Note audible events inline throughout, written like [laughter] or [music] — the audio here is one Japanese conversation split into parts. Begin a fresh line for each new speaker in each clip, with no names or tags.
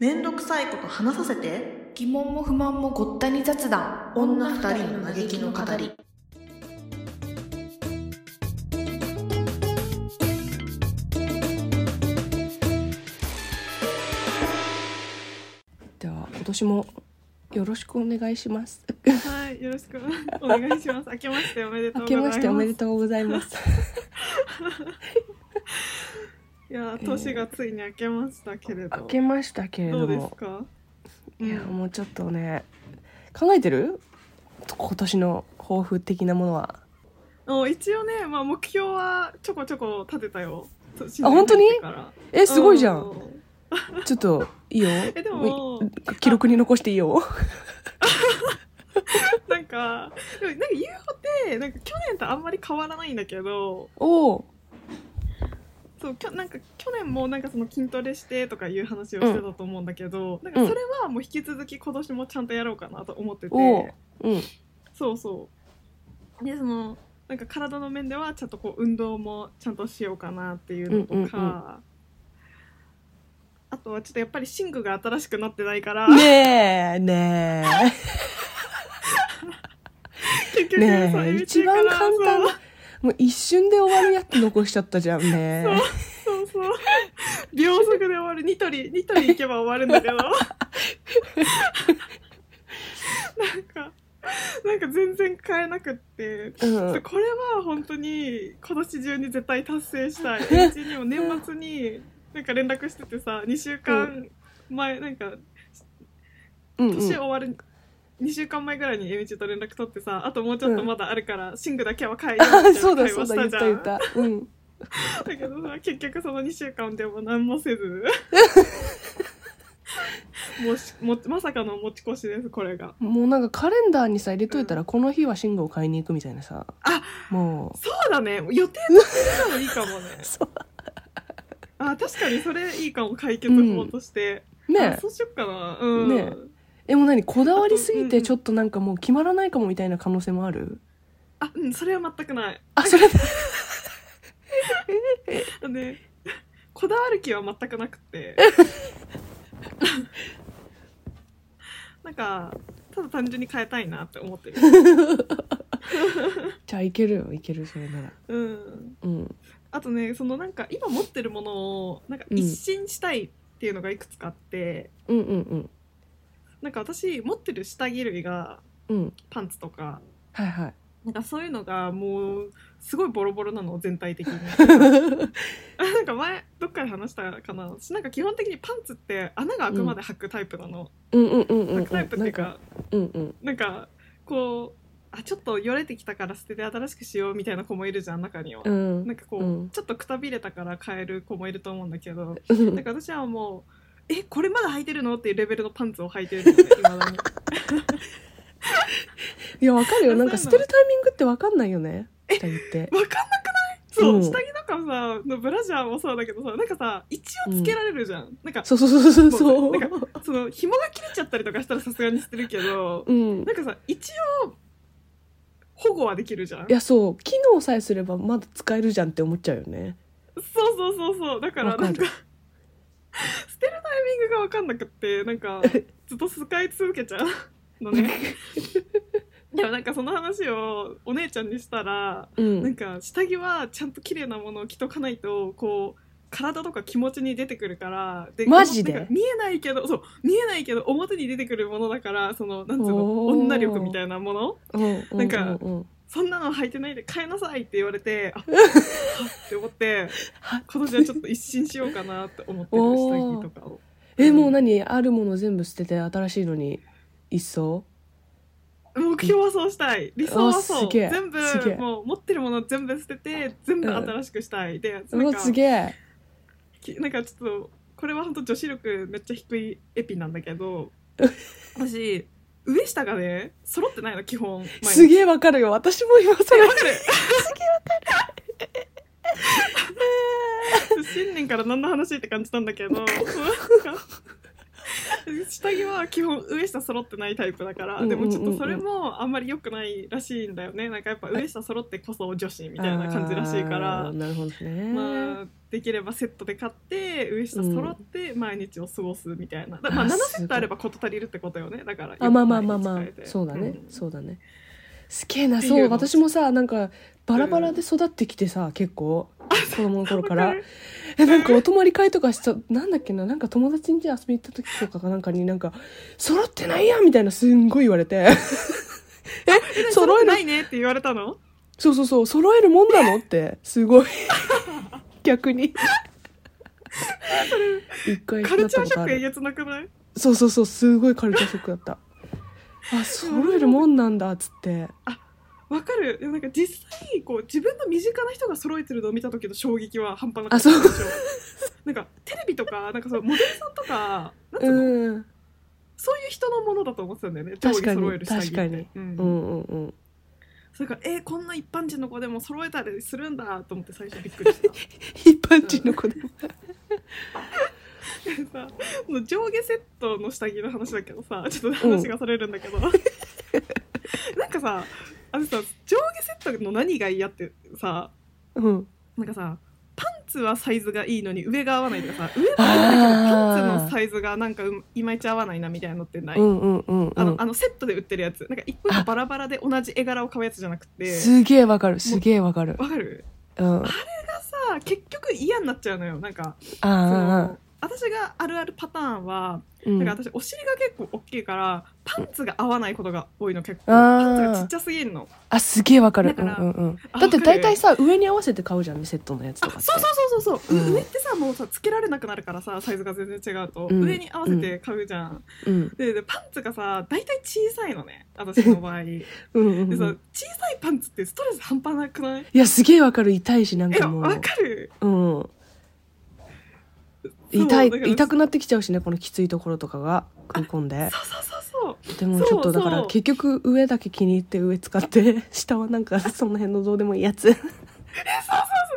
めんどくさいこと話させて
疑問も不満もごったに雑談
女二人の嘆きの語り
では今年もよろしくお願いします。
はい、よろしくお願いします。明けましておめでとう
明
ござ
け
います。
ましておめでとうござい
[laughs]
ます。
いやー、年がついに明けましたけれど。
明けましたけれ
ど
ど
うです
も、
か。
いやもうちょっとね考えてる？今年の抱負的なものは。
お、一応ね、まあ、目標はちょこちょこ立てたよ。年
あ本当に
入ってから
えすごいじゃ。
うん
ちょっといいよ。
え、でも、
記録に残していいよ。
なんか、でもなんか言うほて、なんか去年とあんまり変わらないんだけど。
おお。
そう、きょ、なんか去年もなんかその筋トレしてとかいう話をしてたと思うんだけど。なんかそれはもう引き続き今年もちゃんとやろうかなと思ってて。
おううん。
そうそうでそのなんか体の面ではちゃんとこう運動もちゃんとしようかなっていうのとか、
うんうんうん
あとはちょっとやっぱり寝具が新しくなってないから、
ねえね
[laughs] 結
え
局
ね
そう
え
いう
一番簡単
そう
なもう一瞬で終わりやって残しちゃったじゃんね。
そうそう秒速で終わるニトリニトリ行けば終わるん
[laughs]
だけどなんかなんか全然買えなくって
うん。
これは本当に今年中に絶対達成した
[laughs]
い。うちにも年末になんか連絡しててさ、2週間前、なんか
うんうん
年終わる2週間前ぐらいにえみちと連絡取ってさ、あともうちょっとまだあるから、シングだけは買えようみたい
あ
な
そうだ
会
そう
話
だ
し
言
た
っ
じ
た
ゃ
言っ
ん。だ
た。うん。
けどさ、結局その2週間でも何もせ
[laughs]
ず。もしもまさかの持ち越しです、これが。
もうなんかカレンダーにさ入れといたらこの日は信号を買いに行くみたいなさ
あ
も
そうだね、予定立てるのもいいかもね。
う [laughs] そ
あ、確かにそれいいかも、解決法として。
う
あ
ね
そうしよっかな。うん。
ねえもう何こだわりすぎ
あとうんう
て
ん
ちょっとなんかもう決まらないかもみたいな可能性もある
あ、うん、それは全くない。
あそれだ
ね、こだわる気は全くなくて。 [laughs] なんか、ただ単純に変えたいなって思ってる。
じゃあいけるよいけるそれなら
うん。
うん
あとね、そのなんか、今持ってるものを、なんか
うん
一新したいっていうのがいくつかあって、
うんうん
なんか私、持ってる下着類が、
うんうん
パンツとか、
はいはい
なんかそういうのがもう、すごいボロボロなの、全
[laughs]
体的に。あなんか前どっかで話したかな私なんか基本的にパンツって穴が開くまで履くタイプなの、
うんうんうんうんうん
履くタイプっ
ない
てうんか
かうんうん
なんかこうあちょっとよれてきたから捨てて新しくしようみたいな子もいるじゃん中には、
うん
なんかこう、
うん
ちょっとくたびれたから買える子もいると思うんだけど
う
なん
ん
か私はもうえこれまだ履いてるのっていうレベルのパンツを履いてるので今だに
いやわかる
そうい
よ
うの
なんか捨てるタイミングってわかんないよね下着って
わかんなくないそう、
うん
下着なんかさのブラジャーもそうだけどさなんかさ一応つけられるじゃん、なんか
そうそうそうそう
そ
[laughs] そうう
なんかその紐が切れちゃったりとかしたらさすがに捨てるけど
うん
なんかさ一応保護はできるじゃん
いやそう機能さえすればまだ使えるじゃんって思っちゃうよね
そうそうそうそうだから
わか
なん
る
か捨てるタイミングが分かんなくってなんかずっと使い続けちゃう
[laughs]
のねでもなんかその話をお姉ちゃんにしたら、
う
なん
ん
か下着はちゃんと綺麗なものを着とかないとこう体とか気持ちに出てくるからで
マジで
なんか見えないけどそう見えないけど表に出てくるものだからそのなんつうの
おー
女力みたいなもの
うんう
なんか
うんうん
そんなの履いてないで買いなさいって言われて、
[laughs]
あはっって思って、今年はちょっと一新しようかなって思ってる下着とかを。
えもう何あるもの全部捨てて新しいのに一層
目標はそうしたい。理想は
あ
そ
す
う。
げえ
全部
すげえ、
もう持ってるもの全部捨てて、全部新しくしたい。で、
う
なん
わ
か
す、げえ
きなんかちょっと、これは本当女子力めっちゃ低いエピなんだけ
[laughs]
ど、私、上下がね、揃ってないの、基本。毎日
すげえわかるよ私も今それ [laughs]
わかる新年から何の話って感じなんだけどなんか下着は基本上下揃ってないタイプだから、
うんうんうんうん
でもちょっとそれもあんまり良くないらしいんだよねなんかやっぱ上下揃ってこそ女子みたいな感じらしいから
あーなるほどね、
まあできればセットで買って上下揃って毎日を過ごすみたいな、だまあ
あー
7
すごい
セットあれば事足りるってことよねだから
あまあまあまあまあ
よく毎日買えて
そうだね、
ん
そうだねすげえな
ってい
そうう
の
私もさなんかバラバラで育ってきてさ、結構子供の頃からえなんかお泊まり会とかしたなんだっけななんか友達に遊びに行った時とかかなんかになんか「揃ってないやん!」みたいなすんごい言われてえ揃え
揃え
る
ないねって言われたの
そうそうそう揃えるもんなのってすごい逆に一回
カ
な
ル
っ
チ
た
ャー
こと
ショ
あ
ックえ
る
げつなくない
そうそうそうすごいカルチャーショックだったあ揃えるもんなんだっつって
わかるでもなんか実際こう自分の身近な人が揃えてるのを見た時の衝撃は半端なかった
あそう
でしょなんかテレビとかなんかそのモデルさんとかなんつうの、
うん
そういう人のものだと思ってたんだよね上
確
下
かに
揃える下着っ
確
て
かに
う
うんんうんうん
それからえーこんな一般人の子でも揃えたりするんだと思って最初びっくりした
一般人の子供
さこの上下セットの下着の話だけどさちょっと話がそれるんだけど、 [laughs] なんかさあのさ上下セットの何が嫌ってさ [laughs]
うん
なんかさパンツはサイズがいいのに上が合わないとかさ上は合うんだけどパンツのサイズがなんかうんいまいち合わないなみたいなのってない、
うんうんうん
あ
う
の
ん
あのセットで売ってるやつなんか一個一個バラバラで同じ絵柄を買うやつじゃなくて
すげえわかるすげえわかる
わかる
うん
さあ結局嫌になっちゃうのよなんか
あ
そ
あ
の私があるあるパターンは
うん
なんか私お尻が結構大きいからパンツが合わないことが多いの結構
あー
パンツがちっちゃすぎるの
あすげえわかる
だから
うんうんう
あ
ん、だって
わか
大
る
体さ上に合わせて買うじゃんねセットのやつ
あ
とかって
そうそうそうそうそう、
うん
上ってさもうさつけられなくなるからさサイズが全然違うと、
うん
上に合わせて買うじゃん、
うん
ででパンツがさ大体小さいのね私の場合で
[laughs] うんうんう
さ
ん
小さいパンツってストレス半端なくない
いやすげえわかる痛いしなん
え
かも
わ
う
かる
うん
そう
痛い
だから
痛くなってきちゃうしねこのきついところとかが食い込んで
そうそうそうそう
でもちょっ
そ
と
う
だ
そう
から結局上だけ気に入って上使って [laughs] 下はなんかその辺のどうでもいいやつ
そう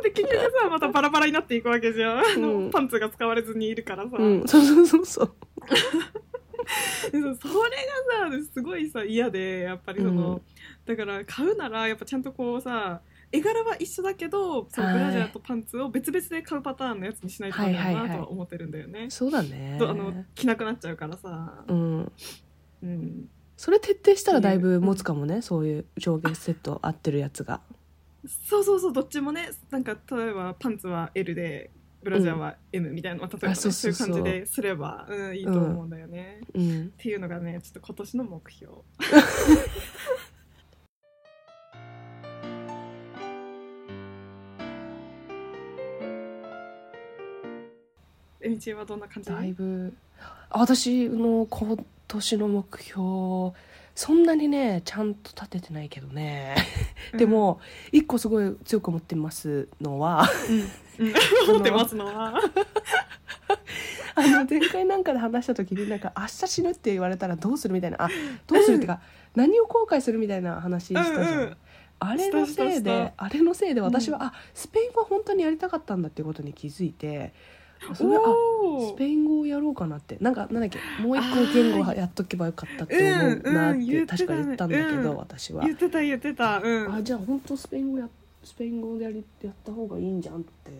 で結局さまたバラバラになっていくわけじゃん、あの
うん
[laughs] パンツが使われずにいるからさ、
うんそうそうそうそう
でそうそれがさすごいさ嫌でやっぱりその、
うん
だから買うならやっぱちゃんとこうさ絵柄は一緒だけどそのブラジャーとパンツを別々で買うパターンのやつにしないとダメだ
はいはいは
な
い
とは思ってるんだよね。
そうだね
そうあの着なくなっちゃうからさ、
うん
うん、
それ徹底したらだいぶ持つかもね、そういう上下セット合ってるやつが
そうそうそうどっちもねなんか例えばパンツは L でブラジャーは M みたいな、まあ例えばね、
あそうそう
そ
う
いう
そう
感じですれば、うん、いいと思うんだよね、っ
うん
ていうのがねちょっと今年の
[laughs]
目標。えみちえはどんな感じ
だいぶあ私の今年の目標そんなにねちゃんと立ててないけどねで、
[laughs]
も一個すごい強く思ってますのは
うんうん、思ってますのは
あの前回なんかで話した時になんか明日死ぬって言われたらどうするみたいなあどうするっていうか何を後悔するみたいな話したじゃ
うん
ん、
うん
あれのせ
し
い
たしたし
であれのせいで私は、あスペイン語は本当にやりたかったんだっていうことに気づいてそれあ
おー
スペイン語をやろうかなってなんかなんだっけもう一個言語はやっとけばよかったって思うなっ
うんうん言
て
っ
確
てた
か言ったんだけど、
うん
私は
言ってた言ってたうん
あじゃあ本当スペイン語やスペイン語でやりやった方がいいんじゃんって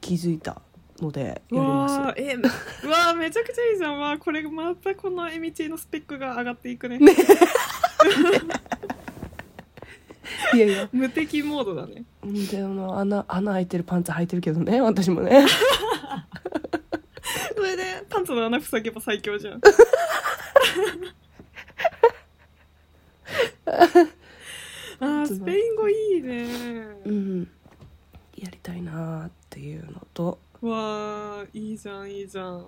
気づいたのでやります
わあえうわあめちゃくちゃいいじゃんわあこれまたこのエミチーのスペックが上がっていくね
いやいや
無敵モードだね
うんであの穴穴開いてるパンツ履いてるけどね [laughs] 私もね
それでパンツの穴塞げば最強じ [laughs] ゃんあースペイン語いいね、
うんやりたいなっていうのと
わあいいじゃんいいじゃん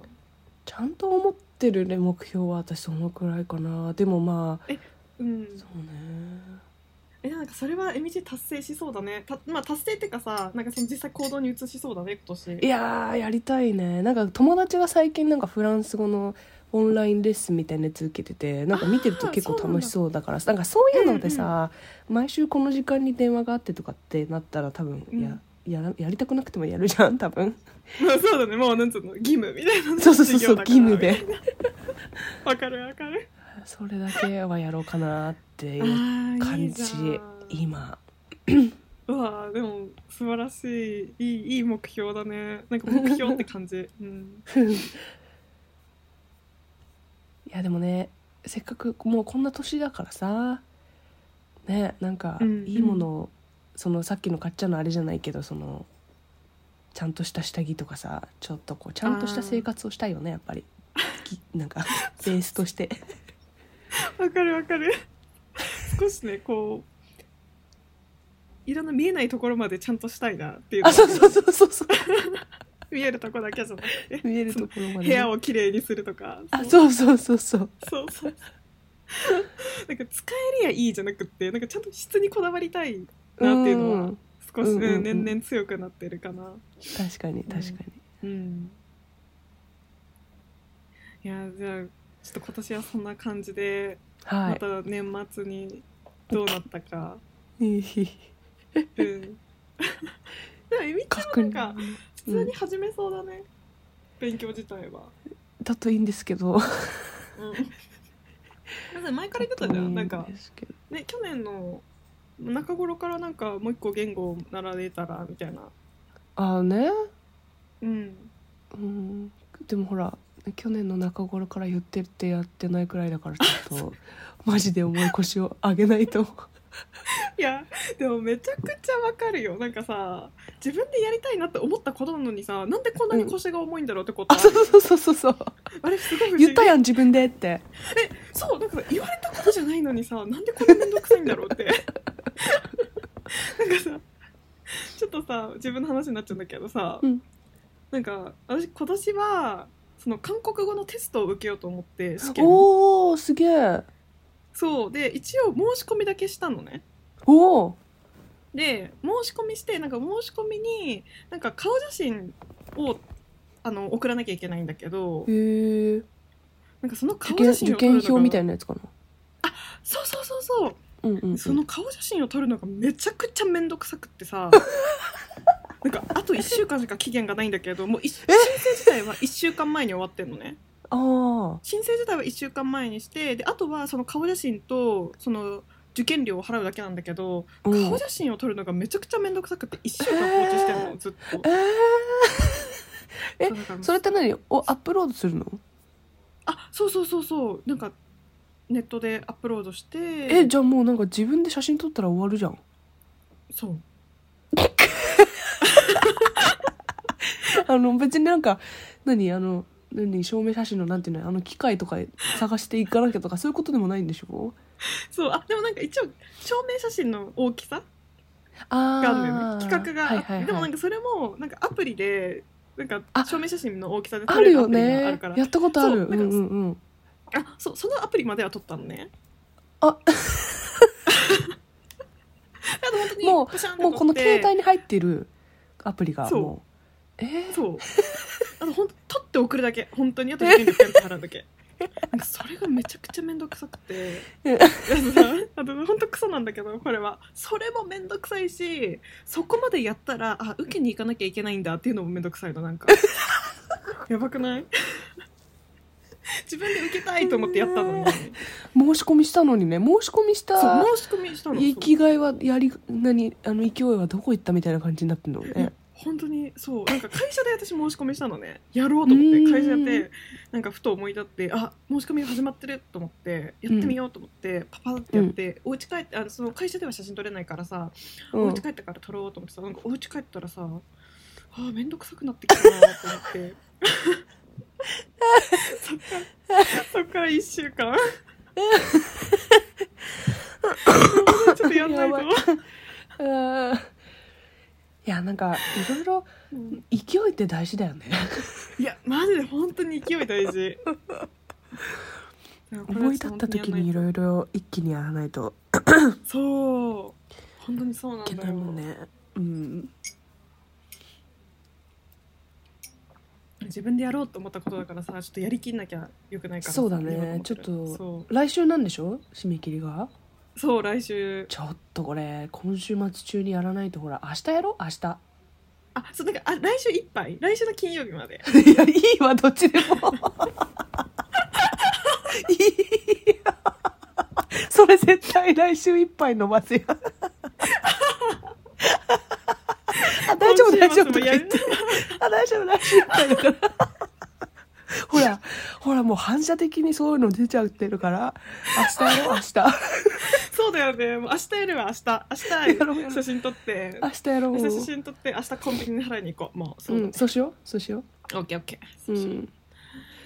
ちゃんと思ってるね目標は私そのくらいかなでもまあ
うん
そうね
えなんかそれはエミチー達成しそうだねたまあ達成っていうかさなんかその実際行動に移しそうだね今年 [laughs]
いやーやりたいねなんか友達が最近なんかフランス語のオンラインレッスンみたいなやつ受けててなんか見てると結構
あーそうなんだ
楽しそうだからなんかそういうのでさ、毎週この時間に電話があってとかってなったら多分や,、やらやりたくなくてもやるじゃん多分 [laughs]
まあそうだねもうなんつうの義務みたいなね
そうそうそうそう義
授業
務
だから
で
わかるわかる
それだけはやろうかなっていう
あーい
感
い
じ
じゃん
今
うわーでも素晴らしいいいいい目標だねなんか目標って
[laughs]
感じ、うん、
いやでもねせっかくもうこんな年だからさねなんか
うん
いいものを、そのさっきのかっちゃんのあれじゃないけどそのちゃんとした下着とかさちょっとこうちゃんとした生活をしたいよねやっぱりきなん
[laughs]
かベースとして
わかるわかる少しねこういろんな見えないところまでちゃんとしたいなっていうの
あ
は
そうそうそうそうそう
見えるとこだけじゃなくて
見えるところま
部
でね、
屋をきれいにするとか
あそうそうそうそう
そうそうなんか使えりゃいいじゃなくってなんかちゃんと質にこだわりたいなっていうのは
ん
少し、
うんうんうん
年々強くなってるかな
確かに確かに、
うんいやじゃあちょっと今年はそんな感じで、
は
また年末にどうなったか
い
うん [laughs] でもえみちゃんもなんか普通に始めそうだね、勉強自体は
だといいんですけど
うんだって前から言ってたじゃんなんか
ですけど
ね去年の中頃からなんかもう一個言語を習えたらみたいな
ああね
うん
うんでもほら去年の中頃から言ってってやってないくらいだからちょっと [laughs] マジで重い腰を上げないと
いやでもめちゃくちゃわかるよなんかさ自分でやりたいなって思ったことなのにさなんでこんなに腰が重いんだろうってこと
あ
[laughs] ある
そう
よ、
そうそうそうそう
あれすごい不思議
言ったやん自分でって
そうなんか言われたことじゃないのにさなんでこんな面倒くさいんだろうってなんかさちょっとさ自分の話になっちゃうんだけどさ、
うん
なんか私今年はその韓国語のテストを受けようと思って試験
おおすげえ
そうで一応申し込みだけしたのね
おお
で申し込みしてなんか申し込みになんか顔写真をあの送らなきゃいけないんだけど
へえ
なんかその
受
顔
験
写真
受
を撮る
験
のが
表みたいなやつかな
そうそうそうそう
うんうん、うん、
その顔写真を撮るのがめちゃくちゃ面倒くさくって
[laughs]
さなんかあと1週間しか期限がないんだけどもうい申請自体は1週間前に終わってんのね
あ
申請自体は1週間前にしてであとはその顔写真とその受験料を払うだけなんだけど、
あうん
顔写真を撮るのがめちゃくちゃ面倒くさくて1週間放置してんの、ずっと
えー、え
うだから
それって何おアップロードするの
あそうそうそうそうなんかネットでアップロードして
えじゃあもうなんか自分で写真撮ったら終わるじゃん
そう
あの別になんか何あの何証明写真のなんていうのあの機械とか探していかなきゃとかそういうことでもないんでしょ
そうあでもなんか一応証明写真の大きさ
あ
があるんだよね企画が、
はいはいはい、
でもなんかそれもなんかアプリでなんか
あ
証明写真の大きさで
あるよ
アプリがある
ね
から
やったことある
そう
う
なん
んう
か
んうん
あそうそのアプリまでは撮ったのね
あ
[laughs] あと本当に
もう
パシャンって
もうこの
撮って
携帯に入ってるアプリが
そう
もうえー、
そうあとほんと撮って送るだけ本当にあと受験料全部払うだけなんかそれがめちゃくちゃ面倒くさくて
え
いやさあと本当クソなんだけどこれはそれも面倒くさいしそこまでやったらあ受けに行かなきゃいけないんだっていうのも面倒くさいのなんかやばくない自分で受けたいと思ってやったのに、
申し込みしたのにね申し込みし
そ
た
う申し込みしたの
生
そう
きがいはやり何あの勢いはどこ行ったみたいな感じになってんのね
本当にそうなんか会社で私申し込みしたのねやろうと思って
うん
会社でなんかふと思い立ってあ申し込みが始まってると思ってやってみようと思って、パパってやって、お家帰ってあのその会社では写真撮れないからさ、
う
お
ん
家帰ってから撮ろうと思ってさなんかお家帰ったらさあーめんどくさくなってきたなと思って
[laughs]
そっからそっから1週間
[laughs]
ちょっとやんないと
やばいうんいやなんかいろいろ
うん
勢いって大事だよね
いやマジで本当に勢い大
[laughs]
事
思い立った時にいろいろ一気にやらないと
そう本当にそうない
け
ん
な
だ
い
よ
もんねうん
自分でやろうと思ったことだからさちょっとやりきんなきゃよくないからさ
そうだね
今思てる
ちょっと
そ
来週なんでしょ締め切りが
うそう来週
ちょっとこれ今週末中にやらないとほら明日やろ明日
あそうなんかあ来週いっぱい来週の金曜日ま
い
で
やいいわどっちでもそれ絶対来週いっぱい伸ばすよあ大丈夫大丈夫とか言ってあ大丈夫来週いっぱいだからほらほらもう反射的にそういうの出ちゃってるから明日やろう明日
そうだよねもう明日やるわ明
[laughs]
日
やろう
明
やろ
日
う
写真撮って
明日やろう
明日写真撮って明日コンビニに払いに行こうもうそう
う
だね
ん、そうしようそうしよ
オッケーオッケ
う、う
ー、
ん、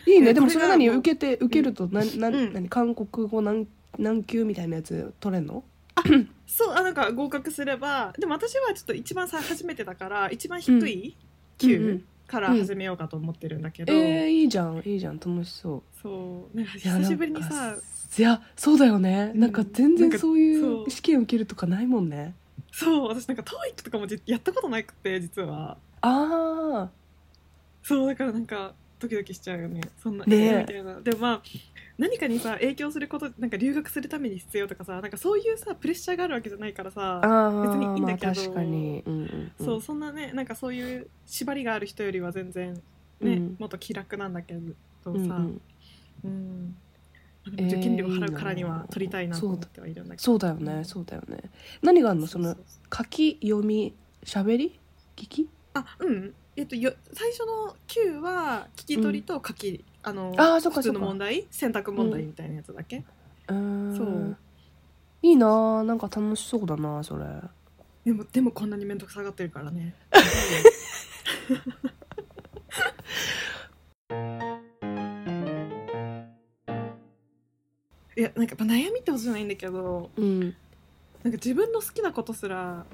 いい
え
ねでも
こ
そ
れが
れ何
もう
受けて受けると何、な
うん
ん、何韓国語何何級みたいなやつ取れんの
そうあなんか合格すればでも私はちょっと一番さ初めてだから一番低い
うんう
級
ん
から始めようかと思ってるんだけど、
えー、いいじゃんいいじゃん楽しそう
そうなんか
いや
久しぶりに
な
さ
んかいやそうだよね、
うん
なんか全
なんか
然そうい
そう
う試験受けるとかないもんね
そう私なんか TOEIC とかもじやったことなくて実は
あ
そうだからなんかドキドキしちゃうよねそんな
ねえ
えーみたいなでもまあ何かにさ影響することなんか留学するために必要とかさなんかそういうさプレッシャーがあるわけじゃないから
ー
さ
あー
別にいいんだけど
まあ、確かに、うんんん
そうそんなねなんかそういう縛りがある人よりは全然ね、
うん
もっと気楽なんだけどさ、
う
うん
うんん
まあでも受験料払うからに
えーいい
は
な
取りたいなと思ってはいるんだけど、
そうだよねそうだよね何があるのそ
そう
の
そうそう
書き読み喋り聞き
あうんえっとよ最初の Q は聞き取りと書き、あの
あーそっか
普通
そ
の
っか
問題選択問題みたいなやつだけ、
うーん
そう
いいなーなんか楽しそうだなそれ
でもでもこんなに面倒くさがってるか
[laughs]
らねいやなんかやっぱ悩みってことじゃないんだけど
うん
なんか自分の好きなことすら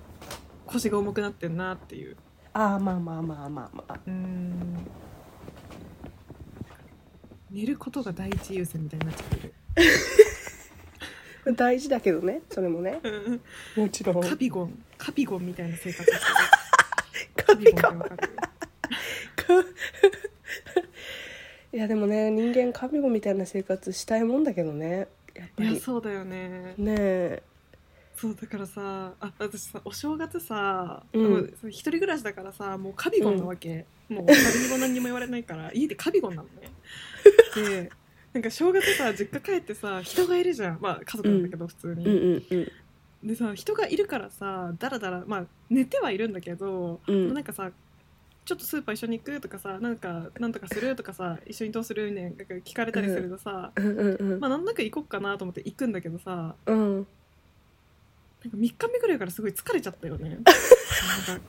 腰が重くなってんなっていう
ああまあまあまあまあまあ
うん寝ることが第一優先みたいになっちゃってる
大事だけどねそれもね
うん
もちろん
カビゴンカビゴンみたいな生 [laughs] 活してる
カビ
ゴンってわかる
いやでもね人間カビゴみたいな生活したいもんだけどねやっぱ
い
り
や
ね
そうだよね
え
そうだからさあ私さお正月さ、
うん
もう一人暮らしだからさもうカビゴンなわけ、もう誰にも何にも言われない [laughs] から家でカビゴンなのねでなんか正月さ実家帰ってさ人がいるじゃんまあ家族なんだけど普通に、
うんうんうん
でさ人がいるからさだらだらまあ寝てはいるんだけど、
うん
なんかさちょっとスーパー一緒に行くとかさなんかなんとかするとかさ一緒にどうするみたいななんか聞かれたりするとさ、
うんうん
まあなんとなく行こっかなと思って行くんだけどさ
うんうん
なんか3日目ぐらいからすごい疲れちゃったよねなんか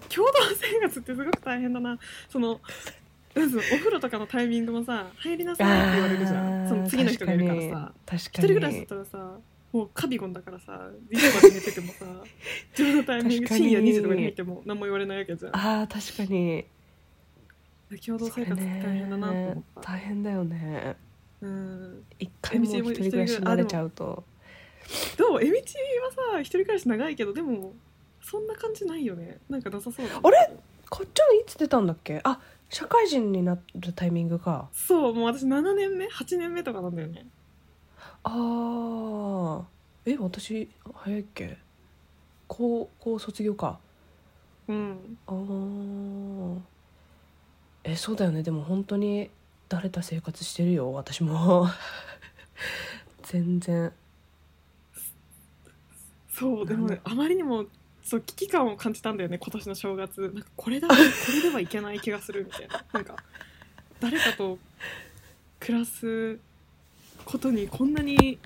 共同生活ってすごく大変だなそのうんそうお風呂とかのタイミングもさ入りなさいって言われるじゃ
あ
ん
ー
その次の人がいるからさ
確
一
か
人
に
暮らしだったらさもうカビゴンだからさいつまで寝てて
[laughs]
もさ自分のタイミン
確
グ
かに
深夜2時とかに入っても何も言われないわけじゃん
ああ確かに
共同生活って大変だなと思った、
大変だよね
うん
一回もう一人暮らしに慣れちゃうと
どうえみちはさ一人暮らし長いけどでもそんな感じないよねなんかなさそうだね
あれこっちゃんいつ出たんだっけあ社会人になるタイミングか
そうもう私7年目8年目とかなんだよね
あーえ私早いっけ高校卒業か
うん
あーえそうだよねでも本当に慣れた生活してるよ私も [laughs] 全然
そうで
なん
も
だ
ねあまりにもそう危機感を感じたんだよね今年の正月なんかこれだこれではいけない気がするみたいななんか誰かと暮らすことにこんなに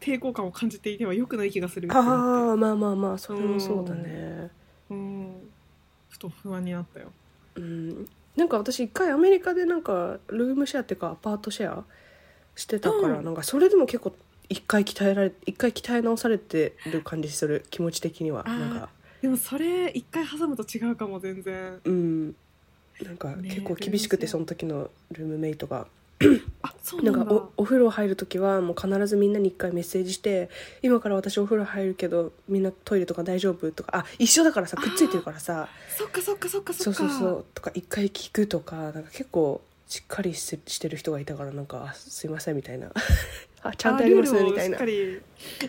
抵抗感を感じていては良くない気がするって
あ
なって
あまあまあまあそれもそうだね
うんふと不安になったよ
うんなんか私一回アメリカでなんかルームシェアっていうかアパートシェアしてたから、
うん
なんかそれでも結構一回鍛えられ一回鍛え直されてる感じする気持ち的には
あー
なんか
でもそれ一回挟むと違うかも全然
うんなんか
ね
結構厳しくて
ルームシェア
その時のルームメイトが
あそう
な
なんん
か
だ
おお風呂入る時はもう必ずみんなに一回メッセージして「今から私お風呂入るけどみんなトイレとか大丈夫?」とか「あ一緒だからさくっついてるからさ
そっかそっかそっか
そ
そっ
う
か
そうそう」とか一回聞くとかなんか結構しっかりししてる人がいたからなんかあ「すいません」みたいな「あちゃんとやります」
[laughs] あルールを
みたいな
しっかり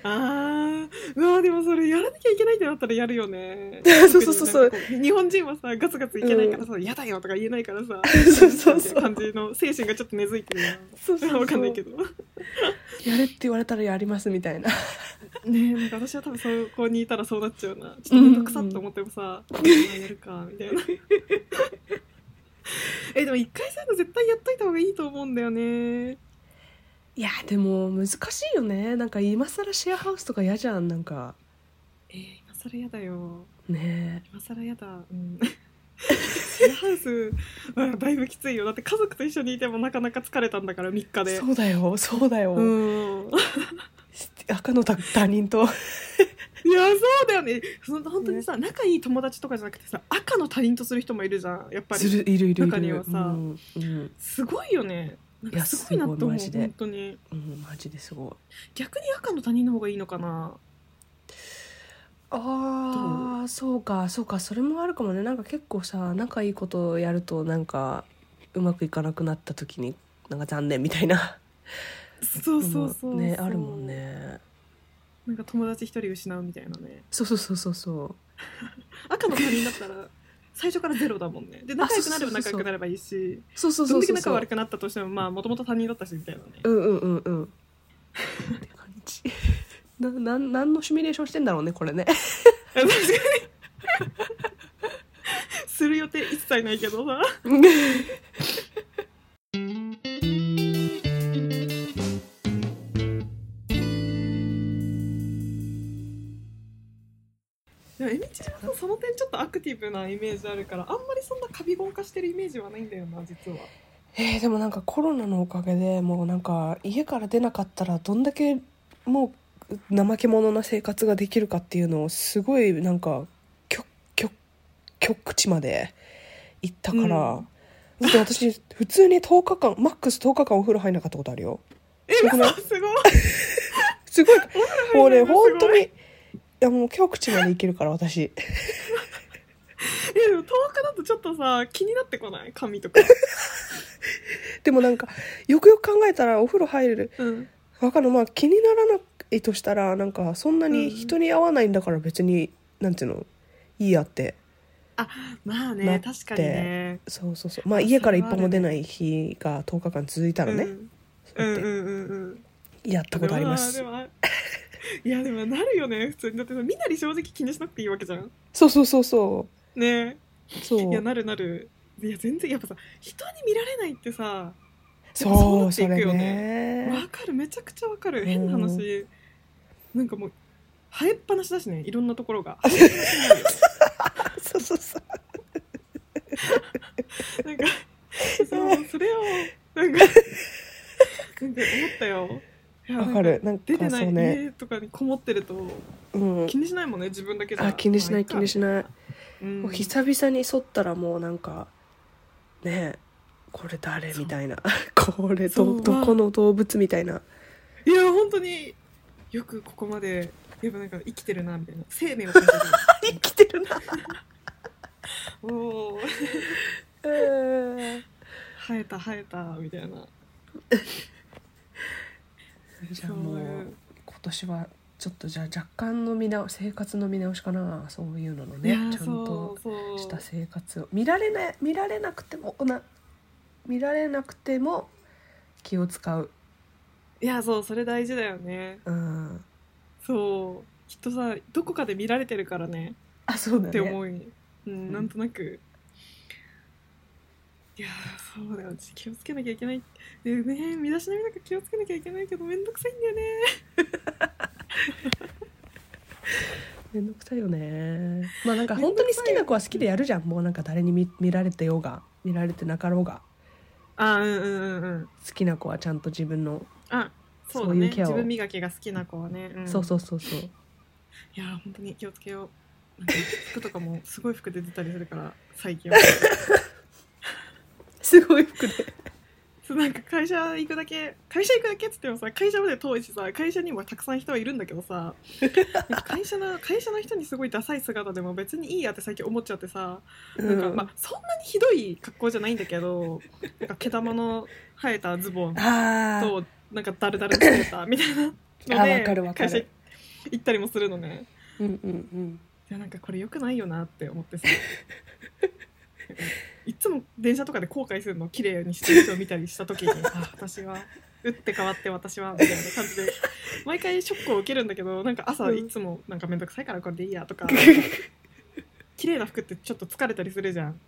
あーうわーでもそれやらなきゃいけないってなったらやるよね
[laughs] そうそうそうそう
特になんかこ日本人はさガツガツいけないからさ「やだよ」とか言えないからさ
そうそうそう
なんていう感じの精神がちょっと根付いてるな
そうそうそう
わかんないけど
「やれ」って言われたらやりますみたいな
ねえ [laughs] なんか私は多分そこにいたらそうなっちゃうなちょっと面倒くさっと思ってもさ、あやるかみたい
[laughs]
なえでも一回そういうの絶対やっといた方がいいと思うんだよね
[laughs] いやでも難しいよねなんか今更シェアハウスとか嫌じゃんなんか
えー、今更やだよ
ね
今更やだうん [laughs] シェアハウスはだいぶきついよだって家族と一緒にいてもなかなか疲れたんだから3日で
そうだよそうだよ、
うん [laughs]
赤の他他人と
いやそうだよねその本当にさ、仲いい友達とかじゃなくてさ赤の他人とする人もいるじゃんやっぱ
す
り
るいるいるいる
中にはさ
うんうん
すごいよねなん
いや
かすごいなと
す
思
ご
う
いマジで
本当に
うん、マジですごい
逆に赤の他人の方がいいのかな
ああそうかそうかそれもあるかもねなんか結構さ仲いいことをやるとなんかうまくいかなくなった時になんか残念みたいな
そうそうそうそう
ねあるもんね
なんか友達一人失うみたいなね
そうそうそうそうそう
赤の他人だったら最初からゼロだもんねで仲良くなれば仲良くなればいいし
そうそう
ど
そ
ん
う
だけ
そう
仲
そう
悪くなったとしてもまあもともと他人だったしみたいなね
うんうんうんうんって感じ [laughs] ななん何のシミュレーションしてんだろうねこれね
確かに [laughs] する予定一切ないけどさ [laughs] でもえみちゃんはその点ちょっとアクティブなイメージあるからあんまりそんなカビゴン化してるイメージはないんだよな実は
えーでもなんかコロナのおかげでもうなんか家から出なかったらどんだけもう怠け者な生活ができるかっていうのをすごいなんか極極極地まで行ったから、
うん
だって私普通に10日間マックス10日間お風呂入んなかったことあるよ
え
すごくない
嘘すごい
すごいもうね
お風呂入ん
本
のすごい
当にいやもう極地まで行けるから私
えでも10日だとちょっとさ気になってこない髪とか、
でもなんかよくよく考えたらお風呂入る
うん、
わかるまあ気にならないとしたらなんかそんなに人に会わないんだから別に、なんていうのいいやって
ま
なっ
あね
て
確かにね
そうそうそうまあ家から一歩も出ない日が10日間続いたらね、
うん
そううんやっ
うん
て
うんうん
やったことあります、
でもあでもあ [laughs] いやでもなるよね普通にだってさみなり正直気にしなくていいわけじゃん
そうそうそうそ
ね
うそ
いや
う
なるなるいや全然やっぱさ人に見られないってさそう
そ
な
う
って
それ
いくよ
ね
わかるめちゃくちゃわかる変な話なんかもう生えっぱなしだしねいろんなとこ
[laughs]
ろが生えっぱなしになるよ
そうそうそう [laughs]
なんかそうそれをなんかなんか思ったよいや
わかるなんか
出て
そ
な
う
い
ね、
家とかにこもってると
うん
気にしないもんね自分だけじゃ
あ気にしない気にし
い
ない、
か、うん
もう久々に剃ったらもうなんかねえこれ誰みたいなこれ
そ
ど
う
どこの動物みたいない
や本当によくここまでやっぱなんか生きてるなみたいな生命を感
[laughs]
じる
生きてる [laughs] な
おー
うん
生えた生えたみたいな
じゃあも
そう
う今年はちょっとじゃあ若干の見直生活の見直しかなそういうのの
い
ね
や
ちゃん
ー
と
そう
し
そ
た
う
生活を見られない見られなくてもおな見られなくても気を使う
いやそうそれ大事だよね
うん
そうきっとさどこかで見られてるからね
あそうだ
って
ね
思い、うん、なんとなくいやーそうだよ気をつけなきゃいけないでね身だしなみなんか気をつけなきゃいけないけどめんどくさいんだよね
めんどくさいよねまあなんか
めん
本当
どく
に
さ
好
い
きな子は好きでやるじゃんもうなんか誰に見見られてようが見られてなかろうが
あうんうんうんうん
好きな子はちゃんと自分の、
あそうだ
そうい
ね
うケアを
自分磨きが好きな子はね、うん、
そうそうそうそう
いやー本当に気をつけよう [laughs] なんか服とかもすごい服で出たりするから最近は
すごい服で
そうなんか会社行くだけ会社行くだけっつってもさ会社まで遠いしさ会社にもたくさん人はいるんだけどさなんか会社の会社の人にすごいダサい姿でも別にいいやって最近思っちゃってさなんか、
うん
まあ、そんなにひどい格好じゃないんだけどなんか毛玉の生えたズボン
ああ
となんかダルダルのセーターみたいなの
あわ
で
かるわかる
会社行ったりもするのね
うんうんうん
いやなんかこれ良くないよなって思ってさ [laughs]
[laughs]
いつも電車とかで後悔するの綺麗にしてる人を見たりした時にあ私は打って変わって私はみたいな感じで毎回ショックを受けるんだけどなんか朝
うん
いつもなんか面倒くさいからこれでいいや
[laughs]
とか綺麗な服ってちょっと疲れたりするじゃん。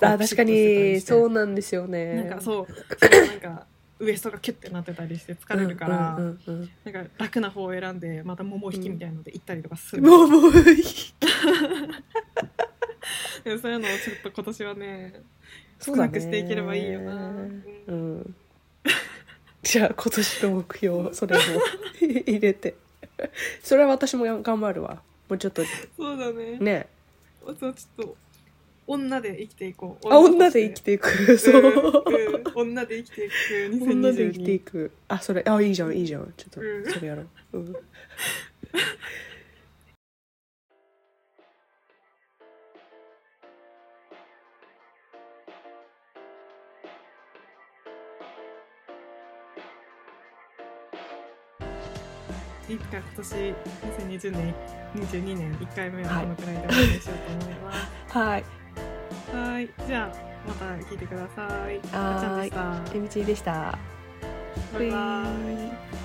あ確かにそううなんですよね
なんかそうそのなんかウエストがキュッてなってたりして疲れるから、
うんうん
なんか楽な方を選んでまた桃引きみたいなので行ったりとかす
うん
る、
もうもういい
でそういうのをちょっと今年はね少なくしていければいいよな
う
うん
んじゃあ今年の目標それも入れてそれは私も頑張るわもうちょっと
そうだね
ね
そうちょっと女で生きていこう
あ女で生き
て
ていくそう
うん女で生きていく
女で生きてい
く
くあそれあいいじゃんいいじゃんちょ
う
っ
ん
とそれやろう、うん、
いつか今年2020年22年1回目はこのくらいでお願いしようと思います
はい
はーいじゃあまた聞いてくださいあっちゃんでした
みちでした
バイバイ
イ